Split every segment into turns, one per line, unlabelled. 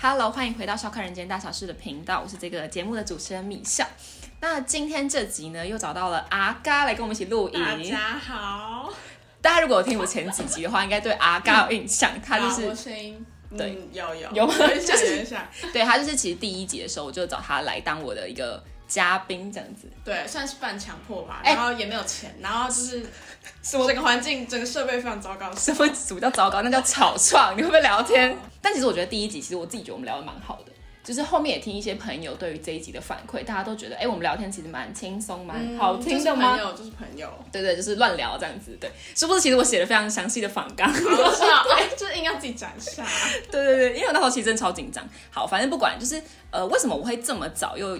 Hello，欢迎回到《笑看人间大小事》的频道，我是这个节目的主持人米笑。那今天这集呢，又找到了阿嘎来跟我们一起录
大
音。
家好，
大家如果有听我前几集的话，应该对阿嘎有印象，他就
啊我
是
声音
对
嗯有有
有吗
有一下
就是
有一下，
对他就是其实第一集的时候，我就找他来当我的一个嘉宾这样子。
对，算是半强迫吧，
哎
然后也没有钱，然后就是整个环境、整个设备非常糟糕，
什么什么叫糟糕？那叫草创。你会不会聊天？但其实我觉得第一集，其实我自己觉得我们聊得蛮好的，就是后面也听一些朋友对于这一集的反馈，大家都觉得，哎、我们聊天其实蛮轻松，蛮
嗯
好听的吗？
就是朋友就是朋友，
对对，就是乱聊这样子，对，是不是？其实我写了非常详细的访纲，
不是啊，哎就是硬要自己展示啊，
对对对，因为我那时候其实真的超紧张。好，反正不管，就是呃，为什么我会这么早又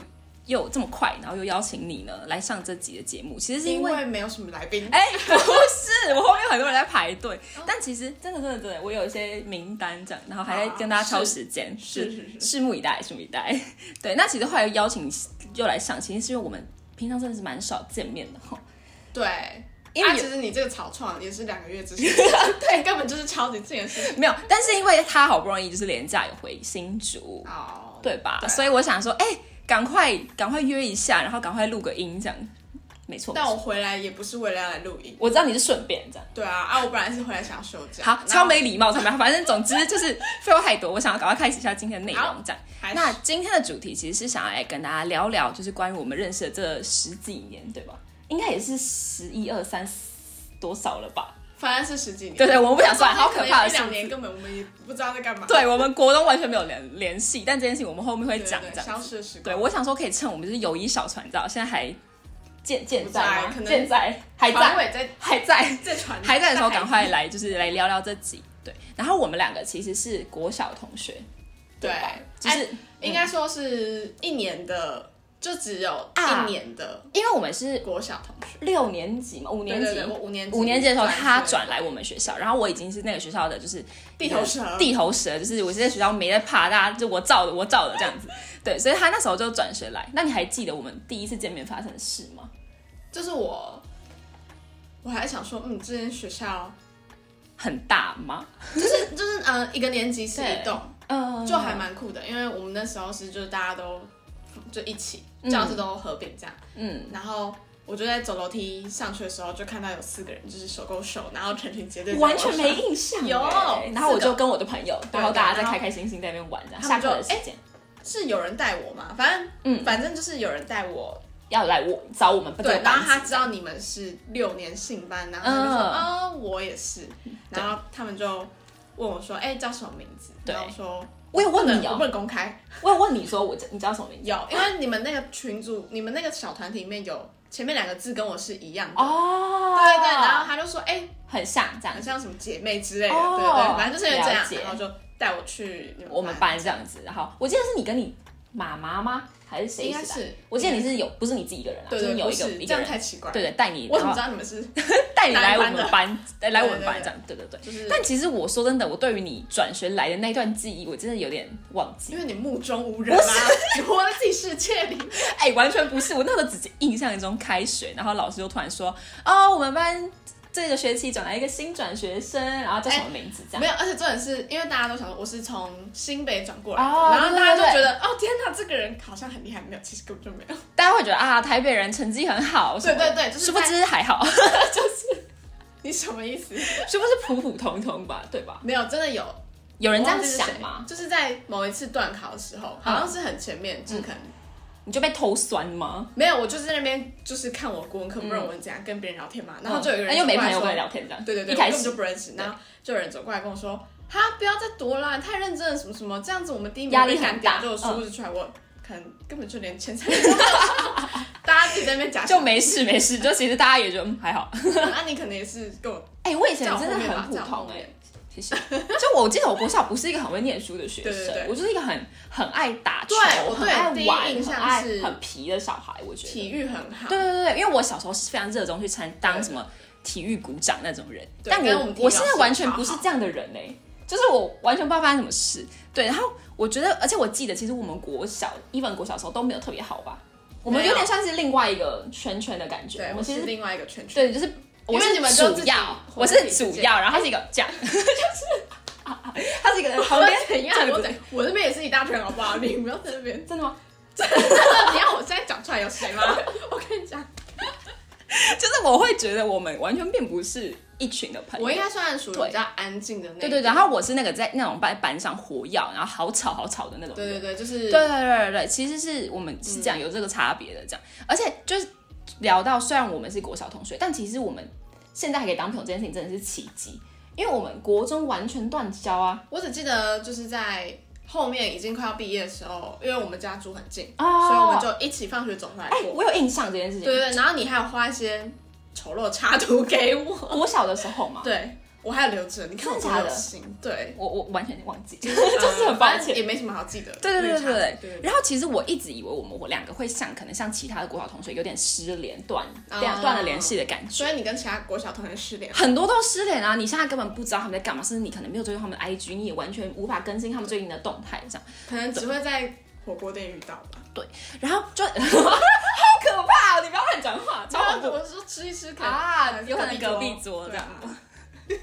又这么快，然后又邀请你呢来上这集的节目？其实是
因
因为
为没有什么来宾，
哎、不是，我后面有很多人在排队，但其实真的真的真的，我有一些名单这样，然后还在跟大家
啊
挑
是
时间，
是是是
拭目以待，拭目以待。对，那其实后来邀请你又来上，其实是因为我们平常真的是蛮少见面的哈，
对。
因为
啊，
有
其实你这个草创也是两个月 之前，
对，
根本就是超级近的事情。
没有，但是因为他好不容易就是廉价有回新竹，
哦，
对吧？
对啊
所以我想说，哎、赶快赶快约一下，然后赶快录个音这样，没错。
但
没错
我回来也不是为了要来录音，
我知道你是顺便这样。
对啊，啊，我本来是回来想要休假，
好，超没礼貌，超没礼貌。反正总之就是废话太多，我想要赶快开始一下今天的内容
好。
这样，
还是，
那今天的主题其实是想要来跟大家聊聊，就是关于我们认识的这十几年，对吧？应该也是十一二三多少了吧？
反正是十几年，
对对，我们不想算，好
可
可
能
怕的
一
数
两年
字。
根本我们也不知道在干嘛。
对我们国中完全没有联联系，但这件事情我们后面会
对
讲
对
这样
消
子。
失的时
对，
光。
我想说可以趁我们就是友谊小船，你知道现在还健健
不
在
在
吗
可？能
健在还在
船尾在
还在。
在船
还在的时候，
海
赶快来，就是来聊聊这集。对，然后我们两个其实是国小同学，
对
吧，就是、嗯
哎应该说是一年的，就只有
啊
一年的
因为我们是
国小同学，
六年级嘛，五年级，
对对对，我五年级
五年级的时候
转学
他转来我们学校，然后我已经是那个学校的就是
地头蛇，
地头蛇，就是我是在学校没在怕大家，就我照的我照的这样子。对，所以他那时候就转学来。那你还记得我们第一次见面发生的事吗？
就是我，我还想说，嗯，这间学校
很大吗？
就是就是呃，一个年级是
对
一栋，
嗯
就还蛮酷的，因为我们那时候是就是大家都就一起，
嗯
教室都合并这样。
嗯，
然后我就在走楼梯上去的时候，就看到有四个人就是手勾手，然后成群结队在
完
楼上，
全没印象欸。
有
然后我
是的
就跟我的朋友，
对
然后大家在
然后
开开心心在那边玩，这样
他
下
们就
课的时间
是有人带我嘛，反正
嗯
反正就是有人带我，
要来我找我们这
对
个，
然
班
后他
级。
知道你们是六年性班，然后他就说
嗯
啊、我也是，然后他们就问我说，哎、叫什么名字？
对
然后我说
我有问
不能
你
我
哦
不，能公开，
我有问你说我你叫什么名字？
有，因为你们那个群组，你们那个小团体里面有前面两个字跟我是一样的，
哦
对对对，然后他就说，哎、
很像这样
很。像什么姐妹之类的，
哦
对对，反正就是有这
了解
样，然后就带我去你们
我们班这样子。然后我记得是你跟你妈妈吗？还是谁一
应
起
该
来？
是，
我记得你是有，不是你自己一个人啊，
对
就是
对，
你有
不
一个
是
一
这
个
样
人，
太奇怪。
对对，带你，
我怎么
然
知
后
道你们是
带你来我
哪
们
一
班， 来来我们班
对对对
这样，对对对。
就是
但其实我说真的，我对于你转学来的那段记忆，我真的有点忘记
因。为你目中无人啊，你活在自己世界 里。
哎、完全不是，我那时候只是印象中开学，然后老师就突然说，哦，我们班这个学期转来一个新转学生，然后叫什么名字这样。
没有，而且重点是因为大家都想说我是从新北转过来的，
哦
然后大家就
对对对
觉得哦天哪，这个人好像很厉害，没有，其实根本就没 有。
大家会觉得啊，台北人成绩很好，
对
什么的
对对就是
殊不知还好，
你什么意思？
殊不知普普通通吧，对吧？
没有，真的有
有人这
我
样
忘记是
想
谁
吗？嗯
就是在某一次断考的时候，好像是很前面，就是可能
你就被偷酸吗？
没有，我就是在那边就是看我国文课不认文怎样跟别人聊天嘛，然后就有一个
嗯
人
又没
走过
朋
来
友
说
跟你聊天这样，
对对对，
一开
我根本就
始
不认识，然后就有人走过来跟我说，哈，不要再读了啦，你太认真了，什么什么，这样子我们第一名
压力
被赶
很大嗯
掉就有书子出来，我可能根本就连前三名 都没有，大家自己在那边假
就
想，
没事没事，就其实大家也觉得嗯还好。
那你可能也是跟我
哎、我以前
在我
真
后
的
面吧
很，普
在我后
通哎、
面，
其实，就我记得我国小不是一个很会念书的学生，
对对对
我就是一个很很爱打球，
对我
很
对
爱
第一
玩，
印象
很爱
是
很皮的小孩，我觉得。
体育很好，
对对对，因为我小时候是非常热衷去参当什么体育鼓掌那种人，
对
但
跟
我
我们体育
我现
老
在
师
完全
超
不是
好
这样的人哎、就是我完全不知道发生什么事。对，然后我觉得，而且我记得，其实我们国小，even 国小的时候都没有特别好吧，我们
没
有
有
点像是另外一个圈圈的感觉。
对，
我
我
们其
是
实
另外一个圈圈，
对，就是我
因为
是
你们就自
主
己
要，我
活在
是
自己世
主
界
要，然后他是一个这样，就是啊啊他是一个人旁边
怎样？
这样
我
子
怎我这边也是一大圈，好不好？你不要在那边
，真的 吗？
你要我现在讲出来有 谁吗？我跟你讲，
就是我会觉得我们完全并不是一群的朋友。
我应该算属于比较安静的那一
对
种，
对，然后我是那个在那种班班上活跃，然后好吵好吵的那种人。
对对对，嗯就是
对对对对对，其实是我们是这样、有这个差别的，这样，而且就是聊到虽然我们是国小同学，但其实我们现在还可以当朋友这件事情真的是奇迹，因为我们国中完全断交啊
我只记得就是在后面已经快要毕业的时候，因为我们家住很近，
啊
所以我们就一起放学走回来
哎、
过。
我有印象这件事
哦对
情，
对，然后你还有画一些丑陋的插图 给我，
国小的时候嘛，
对我还有留着，你看我
真
多
的假的
有心，对，呃
我我完全忘记， 就是很抱
反
歉
正。也没什么好记得。
对对对
没有
对
差
对
对。
然后其实我一直以为我们我两个会像可能像其他的国小同学有点失联断
哦
断断了联系的感觉。
所以你跟其他国小同学失联，
啊很多都失联啊！你现在根本不知道他们在干嘛，甚至你可能没有追踪他们的 IG，你也完全无法更新他们最近的动态，这样。
可能只会在火锅店遇到吧。
然后就 好可怕、哦！你不要乱讲话，超恐怖
我是说吃一吃，可能
哦啊！有可
还
能
是
隔壁桌这样，
对啊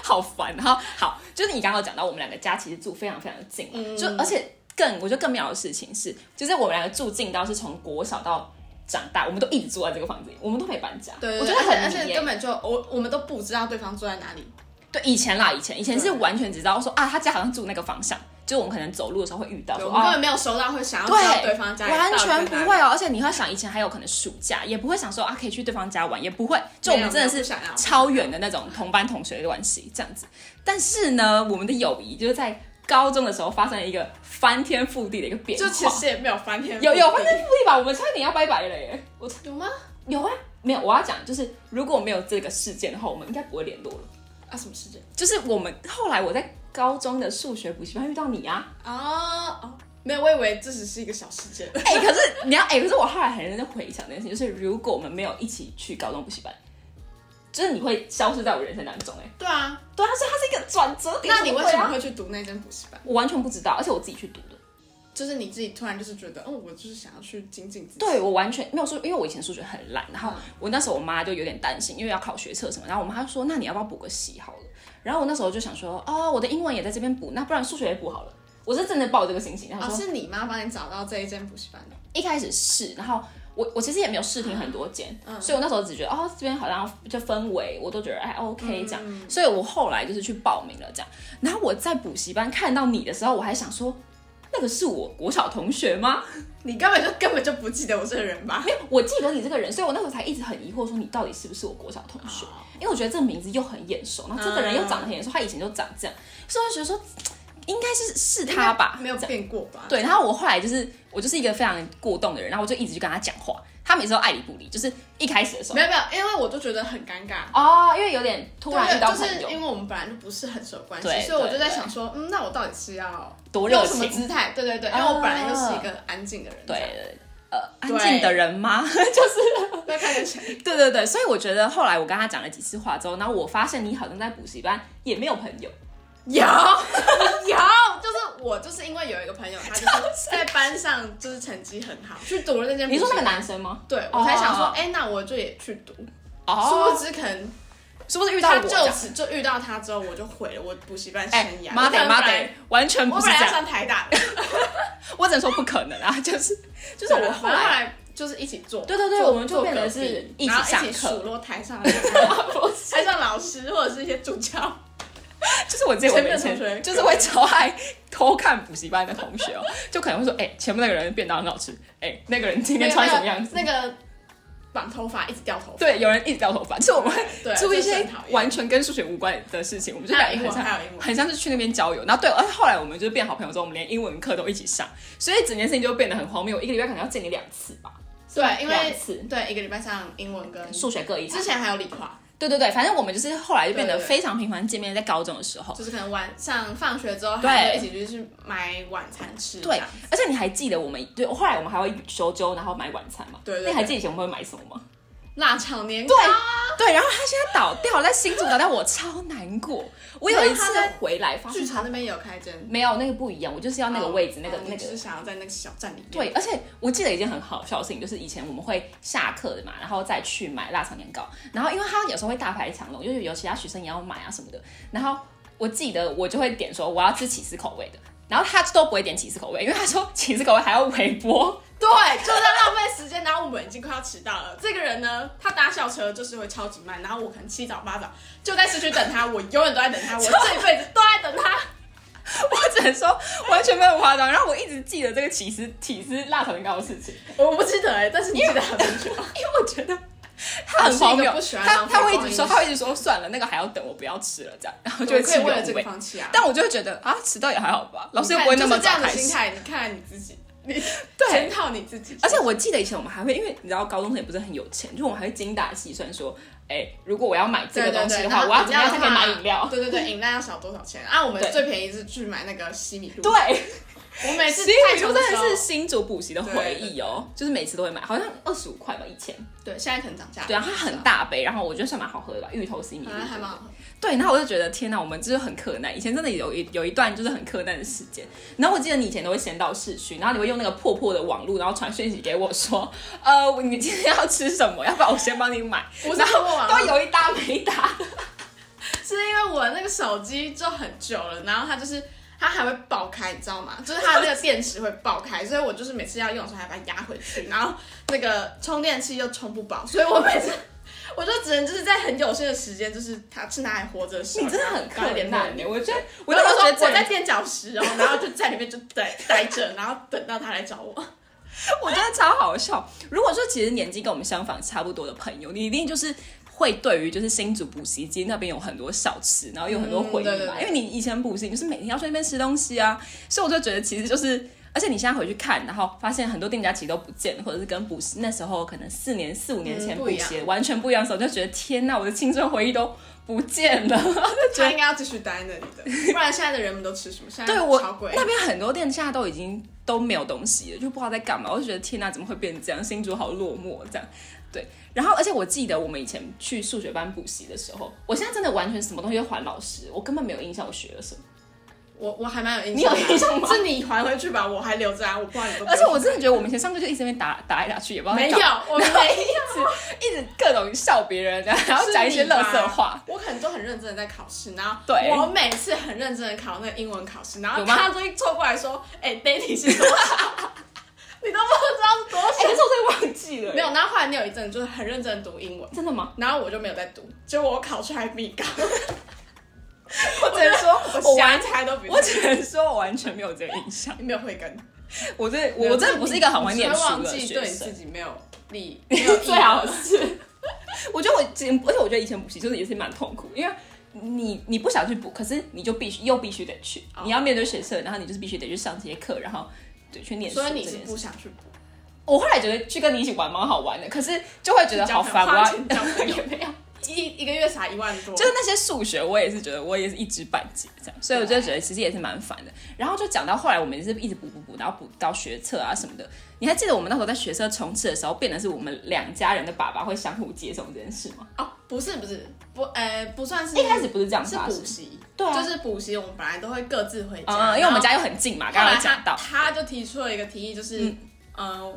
好烦。然后好，就是你刚刚有讲到我们两个家其实住非常非常的近嘛，
嗯
就而且更我觉得更妙的事情是，就是我们两个住近到是从国小到长大，我们都一直住在这个房子里，我们都没搬家。
对对，
我觉
对
得很
而
迷
且而且
耶
根本就我我们都不知道对方坐在哪里。
对，以前啦，以前以前是
对
完全只知道说啊，他家好像住那个方向，就是我们可能走路的时候会遇到
对，
说
我们根
啊。
本没有收到会想要知道
对，
对方家里
完
到底在哪
全
里
不会哦，而且你会想，以前还有可能暑假，也不会想说啊，可以去对方家玩，也不会，就我们真的
没有没有
是
不想要
超远的那种同班同学的关系这样子。但是呢，我们的友谊就是在高中的时候发生了一个翻天覆地的一个变化，
就其实也没有翻天覆地，
有有翻天覆地吧，我们差点要拜拜了耶！我
有吗？
有啊，没有，我要讲就是如果没有这个事件的话，我们应该不会联络了。
啊，什么事件？
就是我们后来我在高中的数学补习班遇到你啊，
哦哦，没有，我以为这只是一个小事件。
哎、可是你要哎、可是我后来很认真回想这件事情，就是如果我们没有一起去高中补习班，就是你会消失在我人生当中、哎，
对啊，
对啊，所以它是一个转折点。
那你为什
对
么
啊？
会去读那间补习班？
我完全不知道，而且我自己去读的。
嗯就是你自己突然就是觉得，哦，我就是想要去精进自己。哦
对我完全没有说，因为我以前数学很烂，然后
嗯
我那时候我妈就有点担心，因为要考学测什么，然后我妈就说，那你要不要补个习好了？然后我那时候就想说，哦，我的英文也在这边补，那不然数学也补好了。我是真的抱这个心情，然后
哦，
说、
是你妈帮你找到这一间补习班的。
一开始是，然后我我其实也没有试听很多间，
嗯
所以我那时候只觉得哦这边好像就氛围我都觉得哎
嗯
OK 这样，所以我后来就是去报名了这样。然后我在补习班看到你的时候，我还想说。那个是我国小同学吗？
你根本就根本就不记得我这个人吧？
没有，我记得你这个人，所以我那时候才一直很疑惑，说你到底是不是我国小同学？
哦
因为我觉得这个名字又很眼熟，然后这个人又长得很眼熟，他以前就长这样，所以我就觉得说嗯应该是是他吧，
没有
这样
变过吧？
对，然后我后来就是我就是一个非常过动的人，然后我就一直去跟他讲话，他每次都爱理不理，就是一开始的时候
没有没有，因为我就觉得很尴尬。
哦，因为有点突然遇到朋
对就是
友，
因为我们本来就不是很熟关系
对，
所以我就在
对
想说，嗯，那我到底是要
多热
用什么
情，
姿态？对对对，因为我本来就是一个安静的人，
啊对，
这样，
对呃，安
对
静的人吗？就是
那看着谁？
对对对，所以我觉得后来我跟他讲了几次话之后，然后我发现你好像在补习班也没有朋友，
有有，就是我就是因为有一个朋友，他就是在班上就是成绩很 好，去读了那间，
你说那个，男生吗？
对我才想说，
哦
哎，那我就也去读，殊不
哦，
知可能
是不是遇到
他
我这
就
样？
此就遇到他之后，我就毁了我补习班生
哎，
涯。
妈
我
得
本
妈
来
得，完全不
我
是
本来
这
要
样，
上台大的，
我只能说不可能啊， 就是就是
对
我
啊
后
反
来
正后来就是一起做，
对对对
做
我们就
做
变
隔
得
壁
是一起
然后
上
一起
课
数落台上的 台上老师或者是一些助教，
就是我自己我们以
前面的
前
同学
就是会超爱偷看补习班的同学哦， 就可能会说，哎、前面那个人便当很好吃，哎、那个人今天穿什么样子？
那个那个绑头发一直掉头发，
对，有人一直掉头发，就是我们会
对，
注意一
这是
些
很讨厌
完全跟数学无关的事情，我们就
还
感
有
觉
英
很
文，
像
还有英文，
很像是去那边郊游。然后对，而且后来我们就是变好朋友之后，我们连英文课都一起上，所以整件事情就变得很荒谬。我一个礼拜可能要见你两次吧，
对，因
两
为
次
对一个礼拜上英文跟
数学各一次
之。前还有理化，
对对对，反正我们就是后来就变得
对对对
非常频繁见面，在高中的时候。
就是可能晚上放学之后，
对
还会一起就是去买晚餐吃，这
对
样，
而且你还记得我们对后来我们还会修周，然后买晚餐嘛？
对对对
那你还记得以前我们会买什么吗？
辣炒年糕
对，对，然后他现在倒掉，在新竹倒掉，我超难过。我有一次回来发
剧
现
场
他
那边也有开间，
没有那个不一样，我就是要那个位置，那个
哦
那
你就
个
是。想要在那个小站里面，
对，而且我记得一件很好笑的事情，就是以前我们会下课的嘛，然后再去买腊肠年糕，然后因为他有时候会大排长龙，就是有其他学生也要买啊什么的，然后我记得我就会点说我要吃起司口味的， 然后他都不会点起司口味，因为他说起司口味还要微波。
对，就是在浪费时间。然后我们已经快要迟到了。这个人呢，他搭校车就是会超级慢，然后我可能七早八早就在市区等他，我永远都在等他，我这一辈子都在等他。
我只能说完全没有夸张。然后我一直记得这个起司起司辣炒年糕的事情，
我不记得哎、但是你记得很清楚。
因为我觉得他很荒
荒
谬
谬，
他他会一直说
他
他会一直说算了，那个还要等，我不要吃了这样，然后就
我
会
可
吃
以为了
原
这个
味。
放弃啊。
但我就会觉得啊，迟到也还好吧，老师又
你看
不会那么
啊就是这
早
样的
开
心
始。
态，你看你自己，你
对
检讨你自己。
而且我记得以前我们还会，因为你知道高中生也不是很有钱，就我们还会精打细算说，哎、如果我要买这个
对对对
东西的
然
话，
后
我要怎么样才
饮
可以
料
买
的话
饮料？
对对对，饮料要少多少钱啊？我们
对
最便宜是去买那个西米露。
对，
我每次
所以
太
我
穷
真的
时候
是新竹补习的回忆哦，就是每次都会买，好像二十五块吧，以前。
对，现在可能涨价。
对啊，它很大杯，然后我觉得算蛮好喝的吧，芋头西米露
好像还蛮好喝。
对，然后我就觉得天哪，我们就是很可难。以前真的有一有一段就是很可难的时间。然后我记得你以前都会先到市区，然后你会用那个破破的网络，然后传讯息给我说，呃，你今天要吃什么？要不然我先帮你买。
我是
然
破破网
后
络
都有一搭没一搭。
是因为我那个手机就很久了，然后它就是它还会爆开，你知道吗？就是它的那个电池会爆开，所以我就是每次要用的时候还把它压回去，然后那个充电器又充不饱，所以我每次。 我就只能就是在很有限的时间，就是它趁它还活着的时候，
你真的很
快
可
点
难耶！我觉得，
我
我
就
那时候
说
觉得
我
整
在垫脚石哦，然后就在里面就待待着，然后等到他 来找我。
我觉得超好笑。如果说其实年纪跟我们相仿差不多的朋友，你一定就是会对于就是新竹补习街那边有很多小吃，然后有很多回忆嘛。
嗯对对对
因为你以前补习，你就是每天要去那边吃东西啊，所以我就觉得其实就是。而且你现在回去看，然后发现很多店家其实都不见了，或者是跟补习那时候可能四年、四五年前
嗯
补
不一样
习的、完全不一样的时候，就觉得天呐，我的青春回忆都不见了。
他应该要继续待在那里的，不然现在的人们都吃什么？现在
对我
超贵。
那边很多店现在都已经都没有东西了，就不知道在干嘛。我就觉得天哪，怎么会变成这样？新竹好落寞这样。对，然后而且我记得我们以前去数学班补习的时候，我现在真的完全什么东西都还老师，我根本没有印象我学了什么。
我我还蛮有印
你有
象的，啊
印象吗
是你还回去吧，我还留着啊，我不知道你 都。
而且我真的觉得我们以前上课就一直在那边打打来打去，也不知道在
没
干
有
嘛，，
我没
一直各种笑别人，然后讲一些垃圾话。。
是你吧我可能都很认真的在考试，然后
对
我每次很认真的考那个英文考试，然后
有吗
他都会凑过来说：“哎 d a t y 是多少？” 你都不知道是多
哎、可是我
少。
真的忘记了，
没有，然后后来你有一阵就是很认真地读英文，
真的吗？
然后我就没有在读，结果我考出来比你高，
我只能说，我
我
完
想，起来都比你
我只能说我完全没有这个印象。
你没有慧根，
我真的，我真的不是一个很会念
你只
书
忘
的
记
学
对你
生
自。己没有 力，没有意义
最好是。我觉得我以前，而且我觉得以前补习就是也是蛮痛苦，因为你你不想去补，可是你就必须又必须得去，
哦
你要面对学生，然后你就是必须得去上这些课，然后对去念书
所以你
这
是
件事
不想去补，
我后来觉得去跟你一起玩蛮好玩的，可是就会觉得好烦，我
花
要
钱交朋友
也没有，
一一个月才一万 多，
就是那些数学，我也是觉得我也是一知半解这样，所以我就觉得其实也是蛮烦的。然后就讲到后来，我们也是一直补补补，然后补到学测啊什么的。你还记得我们那时候在学测冲刺的时候，变得是我们两家人的爸爸会相互接送这件事吗？
哦，不是不是不，呃，不算是
一开始不是这样
是
发
补
生，
习，
对啊
就是补习，我们本来都会各自回家，
嗯，因为我们
然
家又很近嘛，
后
刚
后
刚有
来
讲到，
他他就提出了一个提议，就是嗯。呃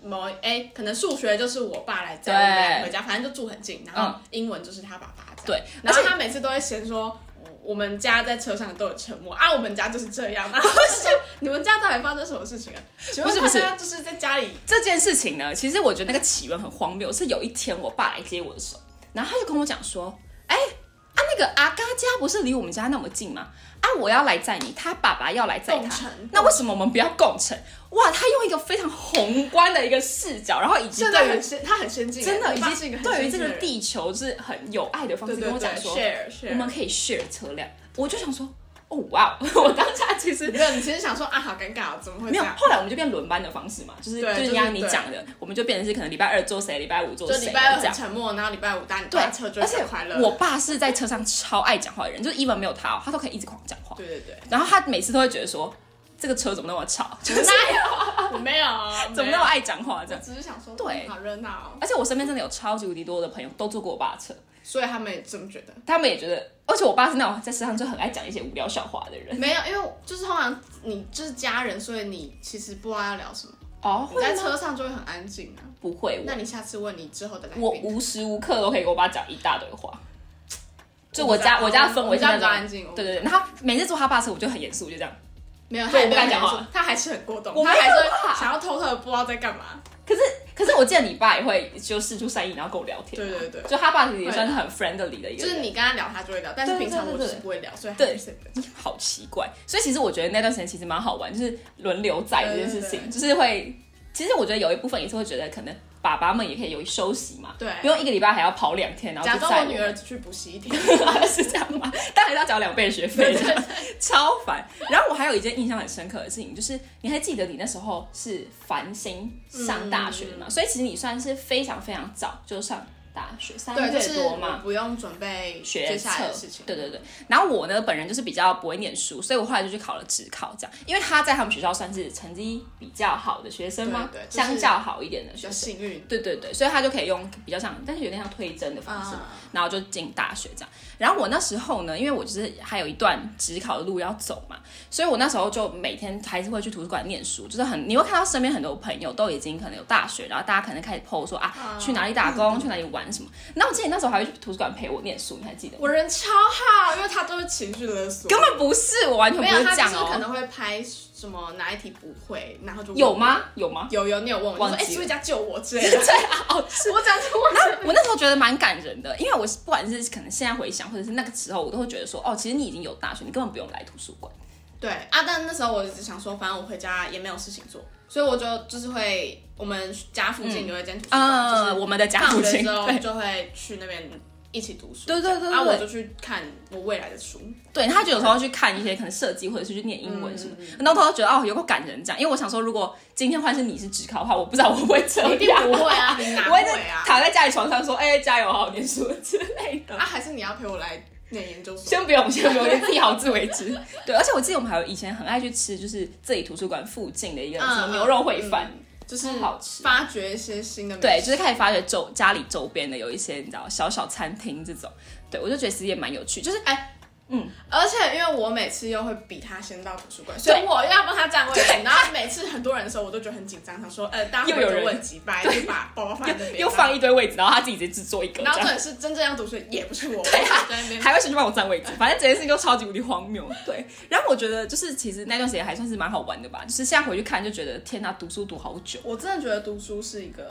某哎、可能数学就是我爸来载
对嗯
我们俩回家，反正就住很近。然后英文就是他爸爸这样。
对，
然后他每次都会嫌说，哦我们家在车上都有沉默啊，我们家就是 这样。然后是你们家到底发生什么事情啊？请问
不是不是
大家就是在家里
这件事情呢，其实我觉得那个起源很荒谬，是有一天我爸来接我的时候，然后他就跟我讲说，哎、啊那个阿嘎家不是离我们家那么近吗？啊我要来载你，他爸爸要来载
共
他
乘，
那为什么我们不要共乘？哇，他用一个非常宏观的一个视角，然后以及
现在
对
很
于
先，他很先进，
真的
你
以
爸是一
及
个很
对于这
先进
个
的人
地球是很有爱的方
对
式
对
跟我
对
讲说，
，share share，
我们可以 share 车辆，我就想说，哦哇， 我当下其实
没有，你其实想说啊，好尴尬、哦，怎么会
没
这
有，
样？
后来我们就变轮班的方式嘛，就是就
对
是
就是
像你
对
讲的，我们就变成是可能礼拜二做谁，礼拜五做
就
谁，
礼拜
这
二很
样。
沉默，然后礼拜五搭你
对
搭车，就
而
会
且
很快乐。
我爸是在车上超爱讲话的人，就是 even 没有他、哦，他都可以一直狂讲话。
对对 对，
然后他每次都会觉得说，这个车怎么那么吵，就是
哪有？我没有啊，
怎么那么爱讲话这
我
样。
只是想说，
对
嗯好热闹哦。
而且我身边真的有超级无敌多的朋友都坐过我爸的车，
所以他们也这么觉得。
他们也觉得，而且我爸是那种在车上就很爱讲一些无聊笑话的人。
没有，因为就是通常你就是家人，所以你其实不知道要聊什么。
哦，
你
会
在
吗？
车上就会很安静啊。
不会，
那你下次问你之后的来
我我
宾，
无时无刻都可以跟我爸讲一大堆话。就我家我家的氛围
比
是
较
那
比
种，
较安静。我
对对对。然后每次坐他爸车，我就很严肃，就这样。
没有，
对
他
我不敢
也没有
讲
严肃
话，
他还是很过动，
我
他
没
还
有
是
啊
想要偷偷的不知道在干嘛。
可是可是我记得你爸也会就事出善意，然后跟我聊天。
对对对
就他爸其实也算是很 friendly 的一个人。
就是你跟他聊，他就会聊，但是
对
平常
对
我
对
就是不会聊，所以他
对
就是
好奇怪。所以其实我觉得那段时间其实蛮好玩，就是轮流载这件事情，
对对
就是会，其实我觉得有一部分也是会觉得可能爸爸们也可以有休息嘛，
对
不用一个礼拜还要跑两天，然后
假
去
装我
载
女
们
儿去补习一天。
是这样吗？但还是要缴两倍的学费，这样超烦。然后我还有一件印象很深刻的事情，就是你还记得你那时候是繁星上大学的
嗯
嘛？所以其实你算是非常非常早就上大学，三
对，就
月
是
多
我
嘛。
不用准备
学
接
测
下来的事情。
对对对。然后我呢，本人就是比较不会念书，所以我后来就去考了职考，这样。因为他在他们学校算是成绩比较好的学生吗？
对对就是
相较好一点的
比
学生。
较幸运
对对对，所以他就可以用比较像，但是有点像推甄的方式，
啊
然后就进大学这样。然后我那时候呢，因为我就是还有一段职考的路要走嘛，所以我那时候就每天还是会去图书馆念书，就是很你会看到身边很多朋友都已经可能有大学，然后大家可能开始 PO 说啊、去哪里打工，去哪里玩什么。那我记得你那时候还会去图书馆陪我念书，你还记得吗？
我人超好，因为他都是情绪勒索。
根本不是，我完全
没
不会
有，
这
他就
样
是可
哦。
能会拍什么哪一题不会，然后就问
有？吗？有吗？
有有，你有问我，
忘
你说哎，
记了
是不是家救我之类 的？
对啊，哦，
我讲是我讲，
我那时候觉得蛮感人的，因为我是不管是可能现在回想，或者是那个时候，我都会觉得说，哦，其实你已经有大学，你根本不用来图书馆。
对啊，但那时候我只想说，反正我回家也没有事情做，所以我就就是会我们家附近有一间图书馆，就是
呃，我们的家
啊嗯放
附
学
近，
之后
对
就会去那边一起读书。
对对对
啊，
对
我就去看我未来的书。
对，他就有时候去看一些可能设计，或者是去念英文什
嗯
么，然后他都觉得哦，有够感人这样。因为我想说，如果今天换是你是职考的话，我不知道我会不会这样，
一定不会 啊，你哪
我会
会啊？
躺在家里床上说，哎、加油，好好念书之类的
啊，。还是你要陪我来念研究所？
先不用，先不用，你自己好自为之。 对，而且我记得我们还有以前很爱去吃，就是自己图书馆附近的一个什么牛肉烩饭，
嗯就是
很好吃
发掘一些新的美食
对，就是开始发掘周家里周边的有一些你知道小小餐厅这种，对我就觉得其实也蛮有趣，就是
而且因为我每次又会比他先到图书馆，所以我要帮他占 位置。然后每次很多人的时候，我都觉得很紧张，想说，呃，大家
又有
会
人
问几百，就把包包放在那边，
又放一堆位置，啊然后他自己直接制作一个
然后。然后
这
重
样
点是真正要读书的也不是我，我也
啊
在那边。
还会先去帮我占位置，反正整件事情都超级无敌荒谬。对，然后我觉得就是其实那段时间还算是蛮好玩的吧，就是现在回去看就觉得天呐，读书读好久
我真的觉得读书是一个，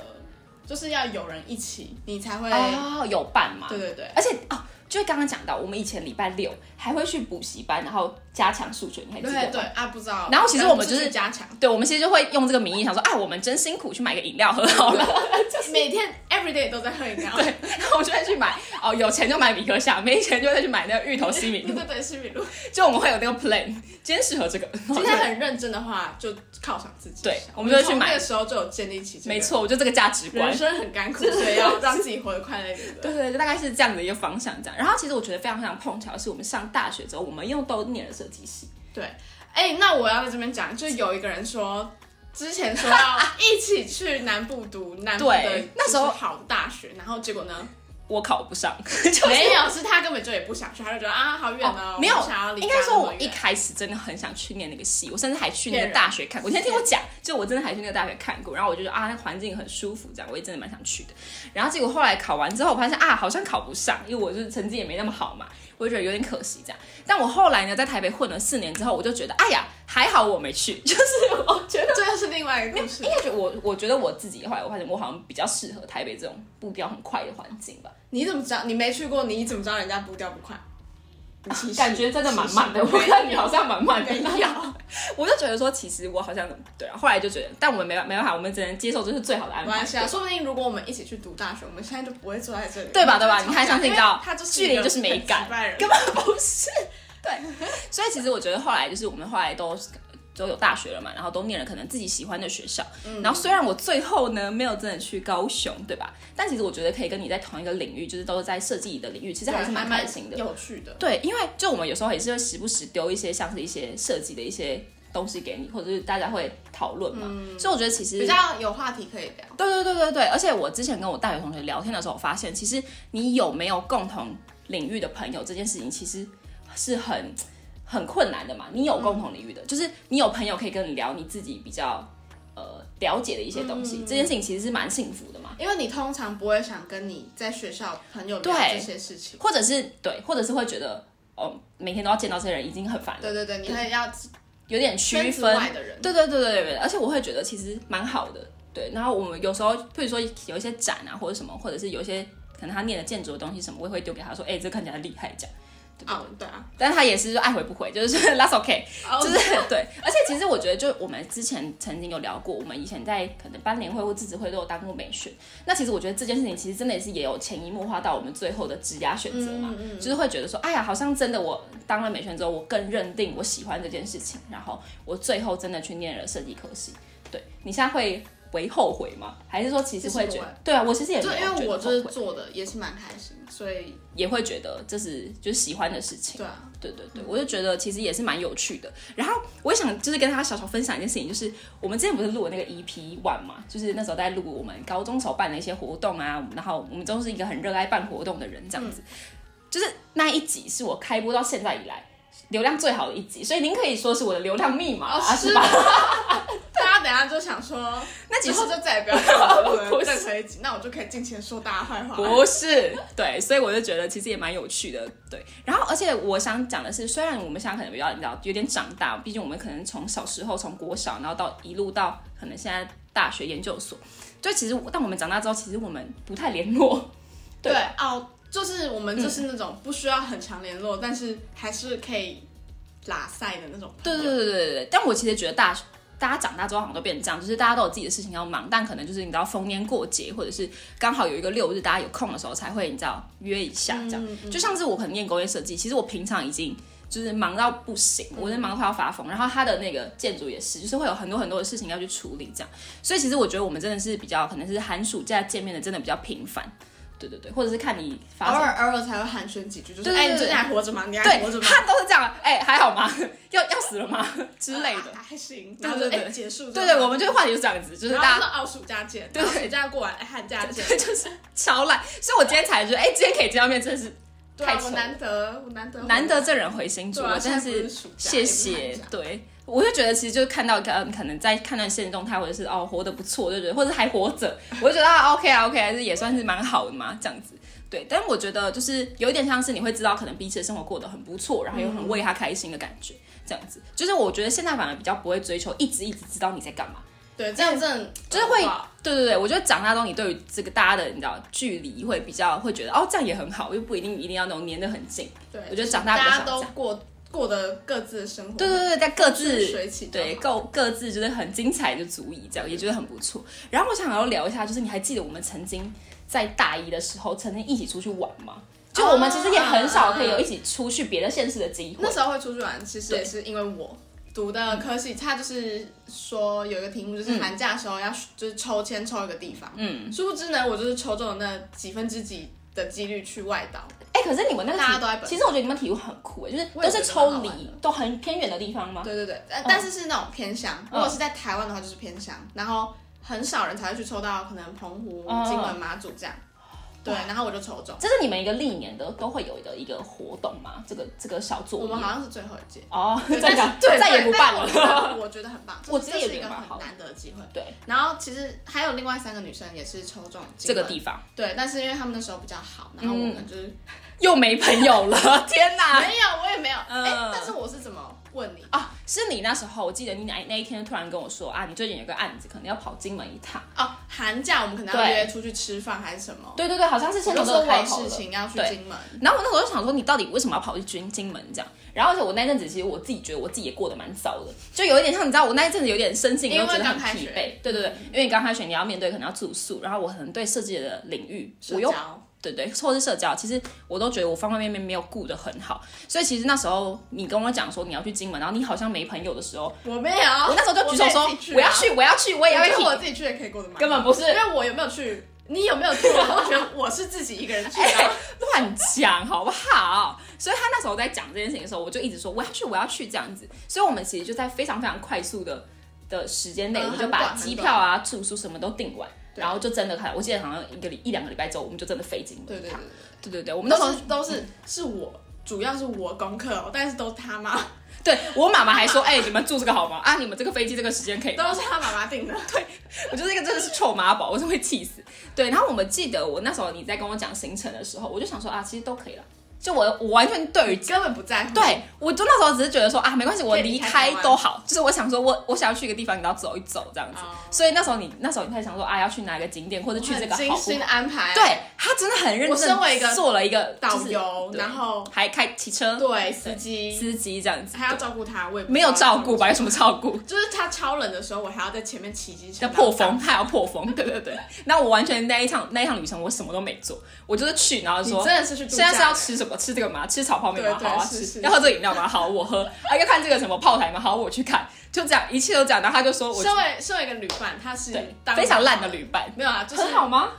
就是要有人一起，你才会，
哦，有伴嘛，
对对对，
而且哦，就是刚刚讲到我们以前礼拜六还会去补习班，然后加强数学，你还记得吗？
对对啊，不知道。
然后其实我们就是
去加强，
对，我们其实就会用这个名义想说，哎，我们真辛苦去买个饮料喝好了。
每天 every day 都在喝饮料。
对，然后我就会去买哦，有钱就买米克夏，没钱就会去买那个芋头西米
对
露。
对对，西米露。
就我们会有那个 plan，今天适合这个，
今天很认真的话，就犒赏自己。
对
我
我们就会去
从
买
那个时候就有建立起、这个
没，错，我就这个价值观
人。生很甘苦，所以要让自己活得快乐一点。
对对对，就大概是这样的一个方向这样。然后其实我觉得非常非常碰巧的是，我们上大学之后，我们又都念了设计系。
对，哎、那我要在这边讲，就有一个人说。之前说要一起去南部读南部的
对
就是
那时候
好的大学，然后结果呢？
我考不上， 就是
没有，是他根本就也不想去，他就觉得啊好远哦，
哦没有
我不想要离
应
家
该说，
那
我
么远
一开始真的很想去念那个系，我甚至还去那
骗
个
人
大学看过。我先听我讲，就我真的还去那个大学看过，然后我就觉得啊，那环境很舒服，这样我也真的蛮想去的。然后结果后来考完之后，我发现啊，好像考不上，因为我就是成绩也没那么好嘛，我就觉得有点可惜这样。但我后来呢，在台北混了四年之后，我就觉得，哎呀，还好我没去， 就是我觉得。
这又是另外一个故事
应。该觉得我，我觉得我自己后来我发现我好像比较适合台北这种步调很快的环境吧，
你怎么知道？你没去过，你怎么知道人家步调不 快？你其实
感觉真的蛮慢的。
其实
我看你好像蛮慢的
没
一
有
样。我就觉得说，其实我好像对啊，后来就觉得，但我们没办没办法，我们只能接受这是最好的安
没关
排，
系啊，说不定如果我们一起去读大学，我们现在就不会坐在这里，
对吧？对吧？
因为
你看，像听到
他就是
距离就是美感，
根
根本不是对。所以其实我觉得后来就是我们后来都都有大学了嘛，然后都念了可能自己喜欢的学校。
嗯
然后虽然我最后呢没有真的去高雄，对吧？但其实我觉得可以跟你在同一个领域，就是都是在设计的领域，其实还是蛮开心的。嗯
有趣的。
对，因为就我们有时候也是会时不时丢一些像是一些设计的一些东西给你，或者是大家会讨论嘛。所以我觉得其实
嗯比较有话题可以聊，
对对对对对，而且我之前跟我大学同学聊天的时候，我发现其实你有没有共同领域的朋友这件事情，其实是很很困难的嘛。你有共同领域的，就是你有朋友可以跟你聊你自己比较呃了解的一些东西，这件事情其实是蛮幸福的嘛。
因为你通常不会想跟你在学校朋友聊
对
这些事情。
或者是对，或者是会觉得，哦，每天都要见到这些人已经很烦了，
对对对，你会要
有点区
圈子
分。
外的人。
对对对对对对，而且我会觉得其实蛮好的，对。然后我们有时候，譬如说有一些展啊，或者什么，或者是有一些可能他念的建筑的东西什么，我也会丢给他说，哎、这看起来厉害这样。
哦，对啊，
但他也是说爱 回不回，就是 that's okay，
哦
就是 对。而且其实我觉得，就我们之前曾经有聊过，我们以前在可能班联会或自治会都有当过美宣。那其实我觉得这件事情其实真的也是也有潜移默化到我们最后的职涯选择嘛，就是会觉得说，哎呀，好像真的我当了美宣之后，我更认定我喜欢这件事情，然后我最后真的去念了设计科系。对你现在会为后悔吗？还是说其实
其实
会
不
觉
会
得，对啊，我其实也
就
没有
因
觉
为
得
我
后
就是
悔
做的也是蛮开心的，所以
也会觉得这是就是喜欢的事情。
对啊，
对对对，我就觉得其实也是蛮有趣的。然后我也想就是跟大家小小分享一件事情，就是我们之前不是录了那个 EP One 嘛，就是那时候在录我们高中时候办的一些活动啊，然后我们都是一个很热爱办活动的人，这样
嗯
子。就是那一集是我开播到现在以来流量最好的一集，所以您可以说是我的流量密码、
哦
啊，
是
吧？
大家等一下就想说，
那集
之
是
后就再也不要看 到
不
我
是
任何一集，那我就可以尽情地说大家坏话。
不是，对，所以我就觉得其实也蛮有趣的，对。然后，而且我想讲的是，虽然我们现在可能比较你知道有点长大，毕竟我们可能从小时候从国小，然后到一路到可能现在大学研究所，就其实我当我们长大之后，其实我们不太联络，
对
对嗯
哦，就是我们就是那种不需要很强联络，但是还是可以拉塞的那种。
对对，对对对对，但我其实觉得大大家长大之后好像都变成这样，就是大家都有自己的事情要忙，但可能就是你知道逢年过节，或者是刚好有一个六日，大家有空的时候才会你知道约一下
嗯
这样。就像是我可能念工业设计，其实我平常已经就是忙到不行，我是忙到快要发疯。然后他的那个建筑也是，就是会有很多很多的事情要去处理这样。所以其实我觉得我们真的是比较可能是寒暑假见面的真的比较频繁，对对对，或者是看你发
偶
生
尔偶尔才会寒暄几句，就是
对对
哎，
对
你最近还活着吗？你还
对
活着，吗？啊
他都是这样，哎、还好吗？ 要要死了吗？之类的
啊。还行。
对
然后
对
就
对
哎结束。
对对，我们就话题就是这样子，就是
然
大
后
家
就说哦，暑假见，
对
然后暑假过完，哎寒假见。
就是超烂，所以我今天才觉得，哎、今天可以见到面，真的是
对
太
啊，
丑
我难得，我难得，
难得。正人回心
嗯对
处，
啊，
我真的
现在
是
不暑假
谢。
也
谢
不是寒。假
对，我就觉得其实就是看到呃，可能在看到现实动态，或者是哦活得不错，就觉得或者还活着，我就觉得啊 OK 啊 OK，还是也算是蛮好的嘛，这样子。对，但我觉得就是有一点像是你会知道，可能彼此的生活过得很不错，然后又
嗯
很为他开心的感觉，这样子。就是我觉得现在反而比较不会追求一直一直知道你在干嘛，
对，这样真的
哎就是会
哇，
对对对，我觉得长大之后，你对于这个大家的你知道距离会比较会觉得哦，这样也很好，又不一定一定要那种粘得很近。
对，
我觉得长大比较
大家
想这
都
样。
过过得各自的生活，
对对对，在各
顺
自
水起就好
对各各自就是很精彩就足以这样，也觉得很不错。然后我想要聊一下，就是你还记得我们曾经在大一的时候曾经一起出去玩吗？
哦
就我们其实也很少可以有一起出去别的县市的机会
那。时候会出去玩，其实
对
也是因为我读的科系，它就是说有一个题目，就是寒假的时候要就是抽签抽一个地方，嗯，殊不知呢，我就是抽中了那几分之几的几率去外岛，
哎、可是你们那个
大家
体
都在本
其实我觉得你们体育很酷哎，就是
我也
都
觉
是
得
抽
蛮好
离
玩的
都很偏远的地方吗？
对对对，但但是是那种偏乡，如果是在台湾的话就是偏乡，然后很少人才会去抽到可能澎湖、
嗯
金门、马祖这样，对，然后我就抽中，
这是你们一个历年的都会有的一个活动吗？这个这个小作
我
业
们好像是最后一届。
哦，
对
再
但
讲
是对，
再也
对
不办
但是我觉
了。
得我觉得很棒，
我
这
自己也
是一
觉
个
得蛮好
很
的
难得的机会。
对，
然后其实还有另外三个女生也是抽中
这个
金门
地方
对，但是因为他们那时候比较好，然后我们就是、
又没朋友了， 天哪！
没有，我也没有。哎、
嗯
但是我是怎么问你？
啊，是你那时候，我记得你那那一天突然跟我说啊，你最近有个案子，可能要跑金门一趟。
哦，寒假我们可能要
对
约出去吃饭还是什么？
对对对，好像是先
我就
从这
说
个
我
开
有
头
事
了。
情啊要去
对
金门，
然后我那时候就想说，你到底为什么要跑去金金门这样？然后而且我那阵子其实我自己觉得我自己也过得蛮糟的，就有一点像你知道，我那一阵子有点身心
因为
又觉得
刚
很
开
疲
学
惫。对对对，因为你刚开学你要面对可能要住宿，然后我可能对设计的领域我又
社交
对对，或是社交，其实我都觉得我方方面面没有顾得很好，所以其实那时候你跟我讲说你要去金门，然后你好像没朋友的时候，
我没有，哦啊我
我那时候就举手说
可以自己
我要
啊，
去，我要去，我也
因
要
为
去，
我自己去也可以过得蛮好
根本不是
因为我有没有去，你有没有去，我都觉得我是自己一个人去的、啊。
乱讲好不好？所以他那时候在讲这件事情的时候，我就一直说我要去，我要去这样子。所以我们其实就在非常非常快速的的时间内，
嗯
我们就
很
把
短
机票啊、住宿什么都订完，
对
然后就真的看，我记得好像一个礼一两个礼拜之后，我们就真的飞金门
对
一
对对
趟。
对，
对对对，我们那时
都
候
是都是是我，主要是我功课哦，但是都他妈。
对我妈妈还说，哎、你们住这个好吗？啊，你们这个飞机这个时间可以吗
都是他妈妈订的。
我觉得这个真的是臭妈宝，我是会气死。对，然后我们记得我那时候你在跟我讲行程的时候，我就想说啊，其实都可以了，就我我完全 对于。
根本不在乎。
对，我就那时候只是觉得说啊，没关系，我
可以
离
离开
开
台湾
都好。就是我想说我，我想要去一个地方，你要走一走这样子。
哦
所以那时候你那时候你才想说啊，要去哪个景点或者
我
去这
很
个
精
好不
心
好？
的安排。
对，他真的很认真，
我身为一个
做了一个
导
就是
游，
对
然后
还开骑车
对司机，
司机这样子，
还要照顾他，我也不
没有
知道
照顾吧？有什么照顾？
就是他超冷的时候，我还要在前面骑机车
要破风，他要破风，对对对。那我完全那一趟那一趟旅程，我什么都没做，我就是去，然后
你
说
真的是去度
现在
假
是要吃什么？吃这个吗？吃炒泡面吗？
对对
好啊，
是
吃。
是
要喝这个饮料吗？好，我喝。啊，要看这个什么炮台吗？好，我去看。就这样，一切都这样。然后他就说我
身为身为一个旅伴，他是
对
当
非常烂的旅伴，
没有啊，就是
很好吗？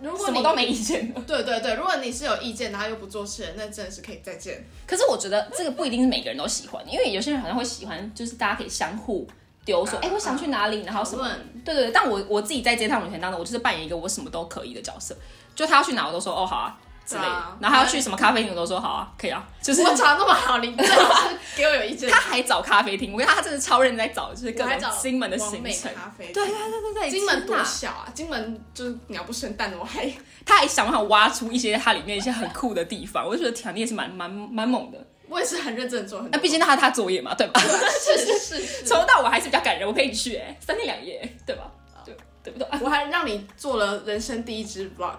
如果
什
你
么都没意见的。
对对对，如果你是有意见，然后又不做事的，那真的是可以再见。
可是我觉得这个不一定是每个人都喜欢，因为有些人好像会喜欢，就是大家可以相互丢说，
啊
哎、我想去哪里，然后什么。
论
对对，对，但我我自己在这趟旅程当中，我就是扮演一个我什么都可以的角色，就他要去哪我都说哦好啊之类的，
对啊
然后他要去什么咖啡厅我都说好啊可以啊，就是
我长得那么好，你真的是给我有意见
他。还找咖啡厅，我跟他真的超认真在找，就是各
我还
种
找
新门的
完
行
美
程。
咖啡，
对对，对对对，
金门
天
多
哪
小啊！金门就是鸟不生蛋的，我还
他还想办法挖出一些它里面一些很酷的地方，我就觉得天啊，你也是蛮蛮蛮猛的。
我也是很认真地做很
那
多。
毕竟那他他作业嘛，对吧？
是是是，
从头到尾还是比较感人，我陪你去、哎，三天两夜，对吧？对对不对？
我还让你做了人生第一支 vlog，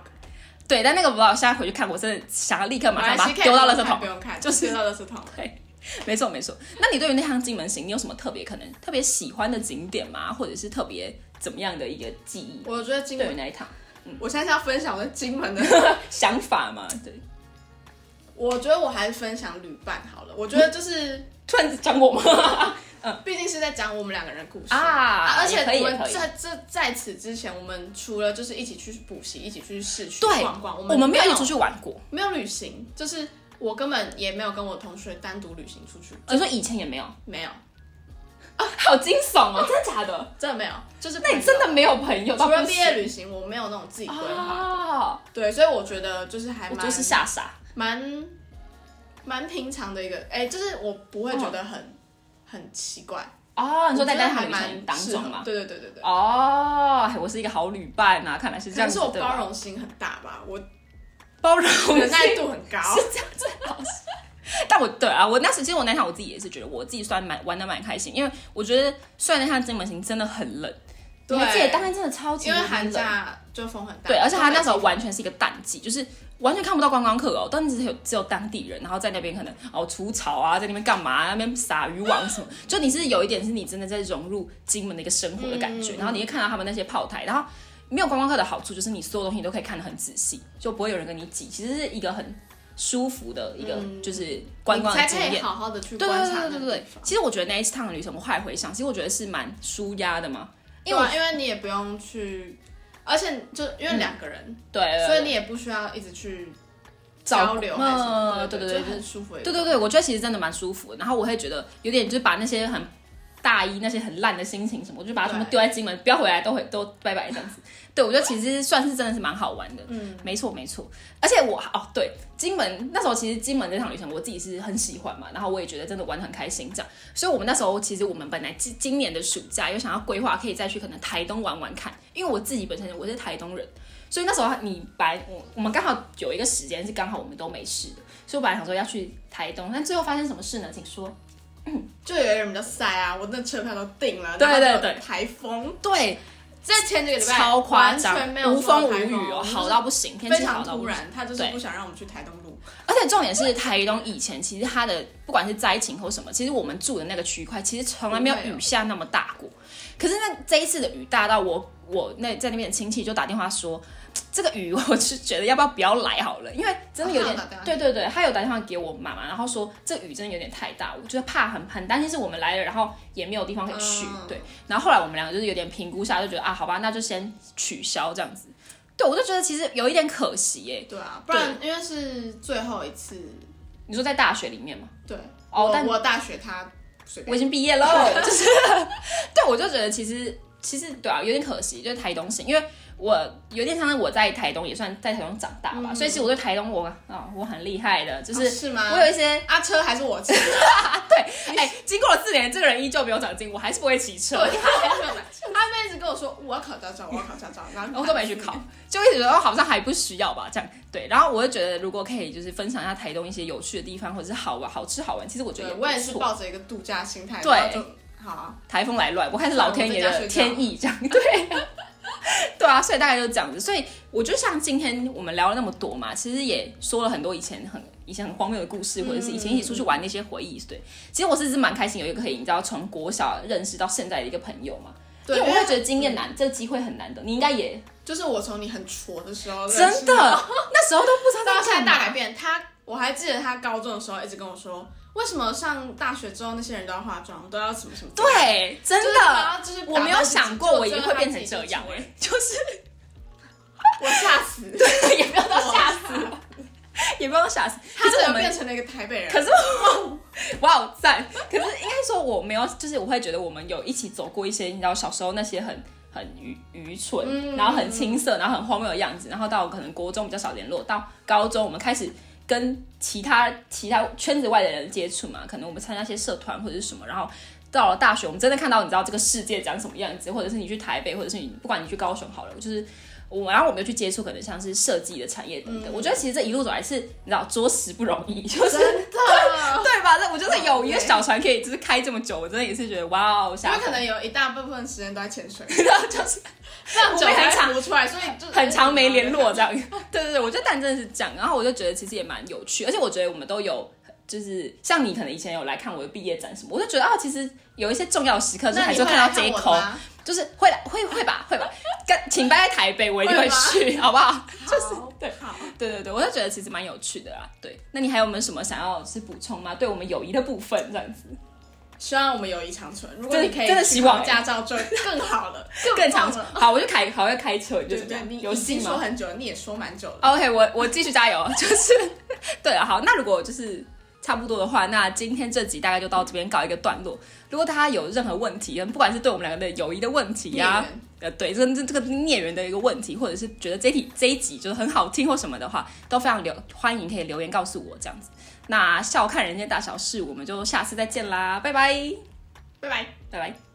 对，但那个 vlog 现在回去看，我真的想要立刻马上把
马来西
它
亚
丢到垃
看
圾桶
不。用看，
就是
丢到垃圾桶。
没错没错。那你对于那趟金门行，你有什么特别可能特别喜欢的景点吗？或者是特别怎么样的一个记忆？
我觉得金
对于
门，
那一趟
我现在是要分享我的金门的，
想法嘛？对，
我觉得我还是分享旅伴好了。我觉得就是，
突然讲我吗？
毕竟是在讲我们两个人的故事
啊
而且
也可以
我
也可
们
以
在这在此之前，我们除了就是一起去补习，一起去市区
对
逛逛，我
我们没有一起出
去，
去玩过，
没有旅行，就是我根本也没有跟我同学单独旅行出去，
你说以前也没有，
没有，
好惊悚哦，真的假的？
真的没有，就是
那你真的没有朋友？
除了
到不
毕
行
业旅行，我没有那种自己规划，
啊，
对，所以我觉得就是还
我
蛮
就是吓傻。
蛮蛮平常的一个，哎、就是我不会觉得很、很奇怪。
哦，你说在
我觉得
在他
还
们旅行
蛮
当
适
中
合
嘛？
对对对对对，
哦，我是一个好旅伴啊，看来是
可
这样
能
子
是我
对
包
吧？
容心很大吧，我
包容
忍
性
耐度很高。
是这样最好是。 但我对啊，我那时其实我那趟我自己也是觉得我自己算蛮玩的蛮开心，因为我觉得虽然那趟金门行真的很冷，
对
你还记得当天真的超级
因为
冷
寒假就风很大，
对，而且他那时候完全是一个淡季，就是完全看不到观光客哦，但只有只有当地人，然后在那边可能哦除草啊，在那边干嘛、那边撒渔网什么，就你是有一点是你真的在融入金门的一个生活的感觉，然后你会看到他们那些炮台，然后没有观光客的好处就是你所有东西你都可以看得很仔细，就不会有人跟你挤，其实是一个很舒服的一个就是观光的
你
经
才可以
验。
好好的去
对
观
对
察
对
那
对对
个
对
地，方。
其实我觉得那一趟旅程，我后来回想，其实我觉得是蛮舒压的嘛，因为我
对啊因为你也不用去，而且就因为两个人，
对，嗯对
所
对
以你也不需要一直去
照
交流还是什么，
嗯对对
对，
对
就很舒服的一个。
对对对，我觉得其实真的蛮舒服的。然后我会觉得有点就是把那些很大一那些很烂的心情什么，我就把它全部
对
丢在金门，不要回来，都回都拜拜这样子。 对，我觉得其实算是真的是蛮好玩的。嗯，没错没错。而且我哦对，金门那时候其实金门这趟旅程我自己是很喜欢嘛，然后我也觉得真的玩得很开心这样。所以我们那时候其实我们本来今今年的暑假有想要规划可以再去可能台东玩玩看，因为我自己本身我是台东人。所以那时候你本来我我们刚好有一个时间是刚好我们都没事的，所以我本来想说要去台东，但最后发生什么事呢？请说。
就有人比较晒啊，我那车票都订了，
对对
然后
对
就台风，
对，
这前几个礼拜
超夸张
完全没，有
无风
说
无
台
雨哦，
就是
好到不行，天
非
气好
常
到
突
不行。
然，他就是
对
不想让我们去台东路，
而且重点是台东以前其实它的不管是灾情或什么，其实我们住的那个区块其实从来没有雨下那么大过。可是那这一次的雨大到我我那在那边的亲戚就打电话说，这个雨我是觉得要不要不要来好了，因为真的有点
啊他有打电话
对对对，他有打电话给我妈妈，然后说这雨真的有点太大，我觉得怕很很担心是我们来了，然后也没有地方可以去，
嗯
对。然后后来我们两个就是有点评估下，就觉得啊，好吧，那就先取消这样子。对，我就觉得其实有一点可惜耶。
对啊，不然因为是最后一次，
你说在大学里面吗？
对，
哦但
我哦我大学他随
我
便，
已经毕 业喽，就是对，我就觉得其实其实对啊，有点可惜，就是台东行，因为我有点像是我在台东也算在台东长大吧，所以其实我对台东我啊、我很厉害的，就是、
嗯哦是吗
我有一些
啊，车还是我骑，
哎、经过了四年，这个人依旧没有长进，我还是不会骑车，
对，他还是没有买。 他们一直跟我说我要考驾照，我要考驾照，然
然
后
后都没去考，就一直觉得哦好像还不需要吧，这样对。然后我就觉得如果可以就是分享一下台东一些有趣的地方，或者是好玩好吃好玩，其实我觉得
对，
也
我也
不
是
错。
抱着一个度假心态，
对
然后就，好啊，
台风来乱，我看是老天爷的天意，这样 对。对啊，所以大概就是这样子。所以我觉得像今天我们聊了那么多嘛，其实也说了很多以前很以前很荒谬的故事，或者是以前一起出去玩的一些回忆。对，其实我是是蛮开心有一个可以你知道从国小认识到现在的一个朋友嘛，因
对，
为我
因
会
为
觉得经验难，这个机会很难得。你应该也
就是我从你很挫的时候认识你，
真的那时候都不知道
到
在
现在
干
大
嘛。
改变。他我还记得他高中的时候一直跟我说，为什么上大学之后那些人都要化妆，都要什么什么？，
对，真
就是
的，
他就是打扮
我没有想过我
自己
也会变成这样，欸
就
就是
我吓死，
对，哎也不要到吓死，
死，
也不要到吓死。 可
他
是
怎
我
么
们
变成了一个台北人？
可是我我好赞， 可是应该说我没有，就是我会觉得我们有一起走过一些，你知道小时候那些很很愚愚蠢，
嗯
然后很青涩，然后很荒谬的样子，然后到可能国中比较少联络，到高中我们开始。跟其他其他圈子外的人接触嘛，可能我们参加一些社团或者是什么，然后到了大学，我们真的看到你知道这个世界长什么样子，或者是你去台北，或者是你不管你去高雄好了，就是我，然后我们又去接触可能像是设计的产业等等。我觉得其实这一路走来是，你知道着实不容易，就是
嗯真 的。
对吧？那我就是有一个小船可以就是开这么久，我真的也是觉得哇哦，
因
下
为可能有一大部分时间都在潜水，
然后 就是
这样久
我们很
才
常
浮出来，所以就
很长没联络这 样。对对对，我觉得但真的是这样。然后我就觉得其实也蛮有趣，而且我觉得我们都有。就是像你可能以前有来看我的毕业展什么，我就觉得啊，其实有一些重要时刻，就
那
还
你
是
会
会看
来
到这一
我的
口，
吗
就是会来会会吧会吧，跟请搬在台北，我一定会
会吗
去，好不好？ 就是
好
对
好，
对对对，我就觉得其实蛮有趣的啦。对，那你还有没有什么想要是补充吗？对我们友谊的部分这样子，
希望我们友谊长存。如果
真的
你可以
真的
去
希望欸
考驾照就更好了，
更
棒
长
了。
好，我就开好我要开车，你就
对
怎么
对，
样
你
有
已经
戏
说
吗
很久了，你也说蛮久了。
哦？OK，我我继续加油， 就是对啊了。好，那如果就是差不多的话，那今天这集大概就到这边告一个段落。如果大家有任何问题，不管是对我们两个的友谊的问题呀、
孽缘
呃，对，这这这个孽缘的一个问题，或者是觉得这一题这一集就是很好听或什么的话，都非常留欢迎可以留言告诉我这样子。那笑看人间大小事，我们就下次再见啦，拜拜，
拜拜。
拜拜。